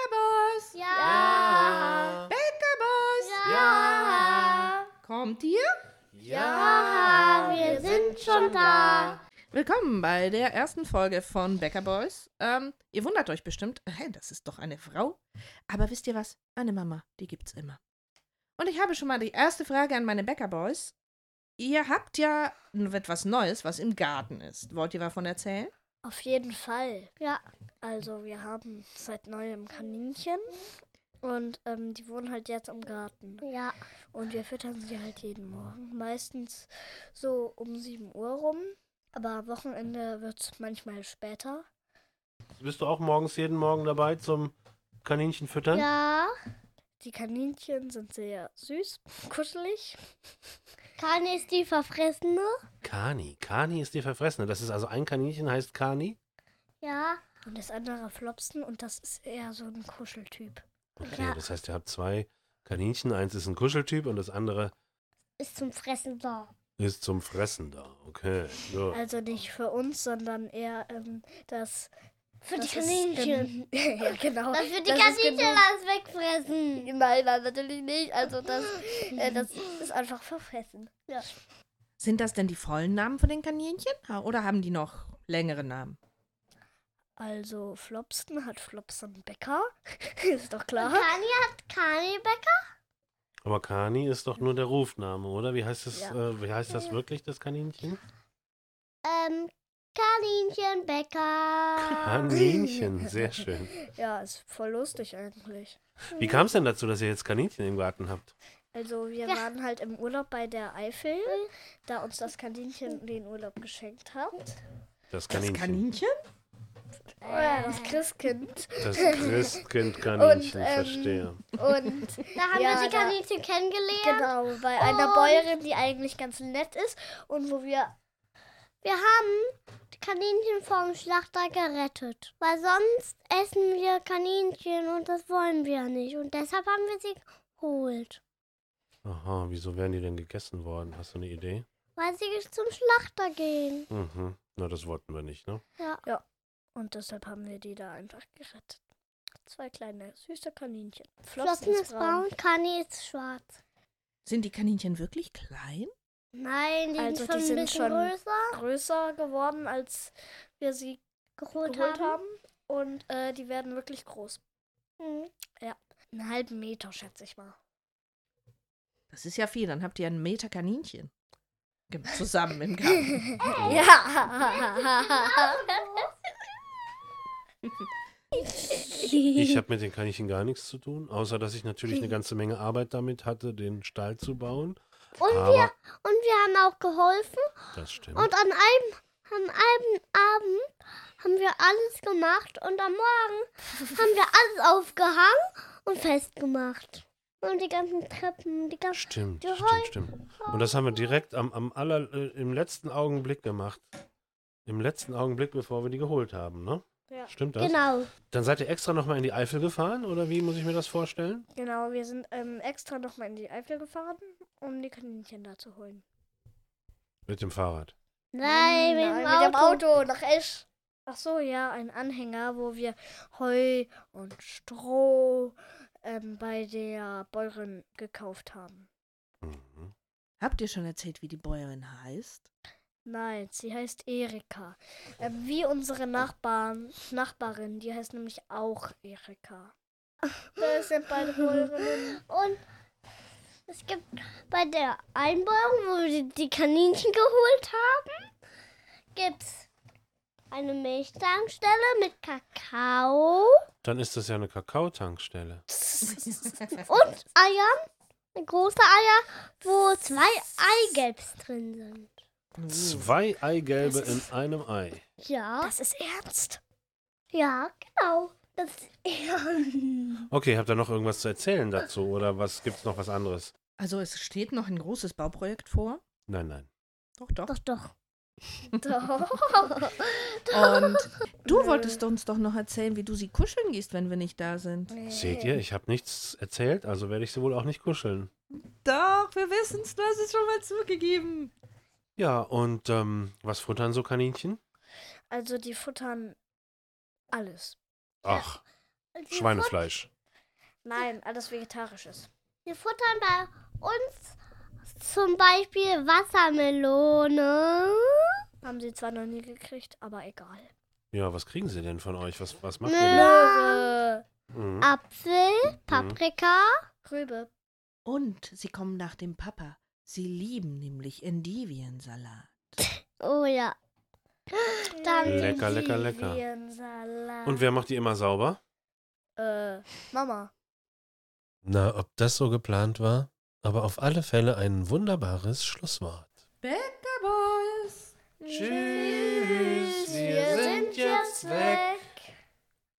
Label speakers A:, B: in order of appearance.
A: Bäckerbus!
B: Ja.
A: Bäckerbus!
B: Ja.
A: Kommt ihr?
B: Ja, wir sind schon da.
A: Willkommen bei der ersten Folge von Bäcker Boys. Ähm, ihr wundert euch bestimmt, hä, das ist doch eine Frau. Aber wisst ihr was? Eine Mama, die gibt's immer. Und ich habe schon mal die erste Frage an meine Bäcker Boys. Ihr habt ja etwas Neues, was im Garten ist. Wollt ihr davon erzählen?
B: Auf jeden Fall. Ja. Also wir haben seit neuem Kaninchen und ähm, die wohnen halt jetzt im Garten. Ja. Und wir füttern sie halt jeden Morgen. Meistens so um 7 Uhr rum. Aber am Wochenende wird es manchmal später.
C: Bist du auch morgens jeden Morgen dabei zum Kaninchen füttern?
D: Ja,
B: Die Kaninchen sind sehr süß, kuschelig.
D: Kani ist die Verfressene.
C: Kani. Kani ist die Verfressene. Das ist also ein Kaninchen, heißt Kani.
D: Ja,
B: Und das andere Flopsen und das ist eher so ein Kuscheltyp.
C: Okay,
D: Ja.
C: das heißt, ihr habt zwei Kaninchen. Eins ist ein Kuscheltyp und das andere
D: ist zum Fressen da.
C: ist zum Fressen da. Okay. So.
B: Also nicht für uns, sondern eher ähm, das.
D: Für die
B: das ist
D: Kaninchen.
B: gen- ja, genau.
D: Das wird die
B: das ist
D: Kaninchen
B: genug-
D: alles wegfressen. Hm.
B: Nein, nein, natürlich nicht. Also das,
D: Mhm.
B: äh, das ist einfach verfressen. Ja.
A: Sind das denn die vollen Namen von den Kaninchen? Ha- Oder haben die noch längere Namen?
B: Also Flopsen hat Flopsen Bäcker. ist doch
D: Und
B: klar.
D: Kani hat Kani Bäcker.
C: Aber Kani ist doch nur der Rufname, oder? Wie heißt das,
B: Ja.
C: äh, wie heißt das wirklich, das Kaninchen?
D: Ähm, Kaninchen
B: Ah.
D: Bäcker.
C: Kaninchen, sehr schön.
B: Ja, ist voll lustig eigentlich.
C: Wie kam es denn dazu, dass ihr jetzt Kaninchen im Garten habt?
B: Also
D: Ja.
B: wir
D: Mhm.
B: waren halt im Urlaub bei der Eifel, da uns das Kaninchen den Urlaub geschenkt hat.
A: Das
C: Das Kaninchen.
A: Kaninchen?
B: Äh, Das Christkind.
C: Das Christkind-Kaninchen,
B: Und, ähm,
C: verstehe.
B: Und
D: Da haben
B: Ja,
D: wir die
B: da-
D: Kaninchen kennengelernt.
B: genau, bei einer
D: Und-
B: Bäuerin, die eigentlich ganz nett ist und wo wir
D: Wir haben die Kaninchen vom Schlachter gerettet. Weil sonst essen wir Kaninchen und das wollen wir nicht. Und deshalb haben wir sie geholt.
C: Aha, wieso wären die denn gegessen worden? Hast du eine Idee?
D: Weil sie zum Schlachter gehen.
C: Mhm. Na, das wollten wir nicht, ne?
D: Ja.
B: Und deshalb haben wir die da einfach gerettet. Zwei kleine süße Kaninchen.
D: Flossen ist braun, Kani ist schwarz.
A: Sind die Kaninchen wirklich klein?
D: Nein, die sind
B: Also,
D: schon
B: die
D: ein
B: sind
D: bisschen
B: schon
D: größer.
B: Größer geworden, als wir sie
D: Geholt,
B: geholt haben. Und äh, die werden wirklich groß.
D: Mhm.
B: Einen halben Meter, schätze ich mal.
A: Das ist ja viel, dann habt ihr einen Meter Kaninchen. Ge- Zusammen im Garten.
B: Ja.
C: Ich habe mit den Kaninchen gar nichts zu tun, außer dass ich natürlich eine ganze Menge Arbeit damit hatte, den Stall zu bauen.
D: Und wir,
C: Aber
D: und wir haben auch geholfen.
C: das stimmt.
D: Und an einem, an einem Abend haben wir alles gemacht und am Morgen haben wir alles aufgehangen und festgemacht. Und die ganzen Treppen, die ganzen.
C: Stimmt,
D: Die
C: stimmt, stimmt. Und das haben wir direkt am, am aller, äh, im letzten Augenblick gemacht. Im letzten Augenblick, bevor wir die geholt haben, ne?
B: Ja.
C: Stimmt das?
D: Genau.
C: Dann seid ihr extra nochmal in die Eifel gefahren, oder wie muss ich mir das vorstellen?
B: genau, wir sind ähm, extra nochmal in die Eifel gefahren, um die Kaninchen da zu holen.
C: Mit dem Fahrrad.
D: Nein, mit, dem
B: mit dem
D: Auto.
B: Auto nach Esch. Ach so, ja, ein Anhänger, wo wir Heu und Stroh ähm, bei der Bäuerin gekauft haben.
C: Mhm.
A: habt ihr schon erzählt, wie die Bäuerin heißt?
B: Nein, sie heißt Erika. Ähm, wie unsere Nachbarn, Nachbarin, die heißt nämlich auch Erika. Das sind beide Bäuerinnen.
D: Und es gibt bei der Einbauung, wo wir die- die Kaninchen geholt haben, gibt es eine Milchtankstelle mit Kakao
C: Dann ist das ja eine Kakaotankstelle.
D: und Eiern. Große Eier, wo zwei Eigelbs drin sind.
C: Zwei Eigelbe in einem Ei.
D: Ja.
B: Das ist ernst.
D: Ja, genau. Das ja.
C: Okay, habt ihr noch irgendwas zu erzählen dazu oder was gibt's noch was anderes?
A: Also es steht noch ein großes Bauprojekt vor.
C: Nein, nein.
A: Doch, doch.
D: Doch, doch.
B: Doch.
A: Und du wolltest uns doch noch erzählen, wie du sie kuscheln gehst, wenn wir nicht da sind.
C: Seht ihr, ich habe nichts erzählt, also werde ich sie wohl auch nicht kuscheln.
A: Doch, wir wissen's, du hast es schon mal zugegeben.
C: Ja, und ähm, was futtern so Kaninchen?
B: Also die futtern alles.
C: Ach,
D: Die
C: Schweinefleisch.
B: Nein, alles Vegetarisches.
D: Wir futtern bei uns zum Beispiel Wassermelone.
B: Haben sie zwar noch nie gekriegt, aber egal.
C: Ja, was kriegen sie denn von euch? Was, was macht ihr
B: Möhre.
C: denn?
D: Ah.
C: Mhm.
D: Apfel, Paprika.
B: Rübe.
A: Und sie kommen nach dem Papa. Sie lieben nämlich Endiviensalat.
D: Oh ja. Dann
C: Lecker, lecker, lecker.
B: Endiviensalat.
C: Und wer macht die immer sauber?
B: Äh, Mama.
E: Na, ob das so geplant war, aber auf alle Fälle ein wunderbares Schlusswort.
A: Bäcker Boys!
E: Tschüss, wir sind jetzt weg.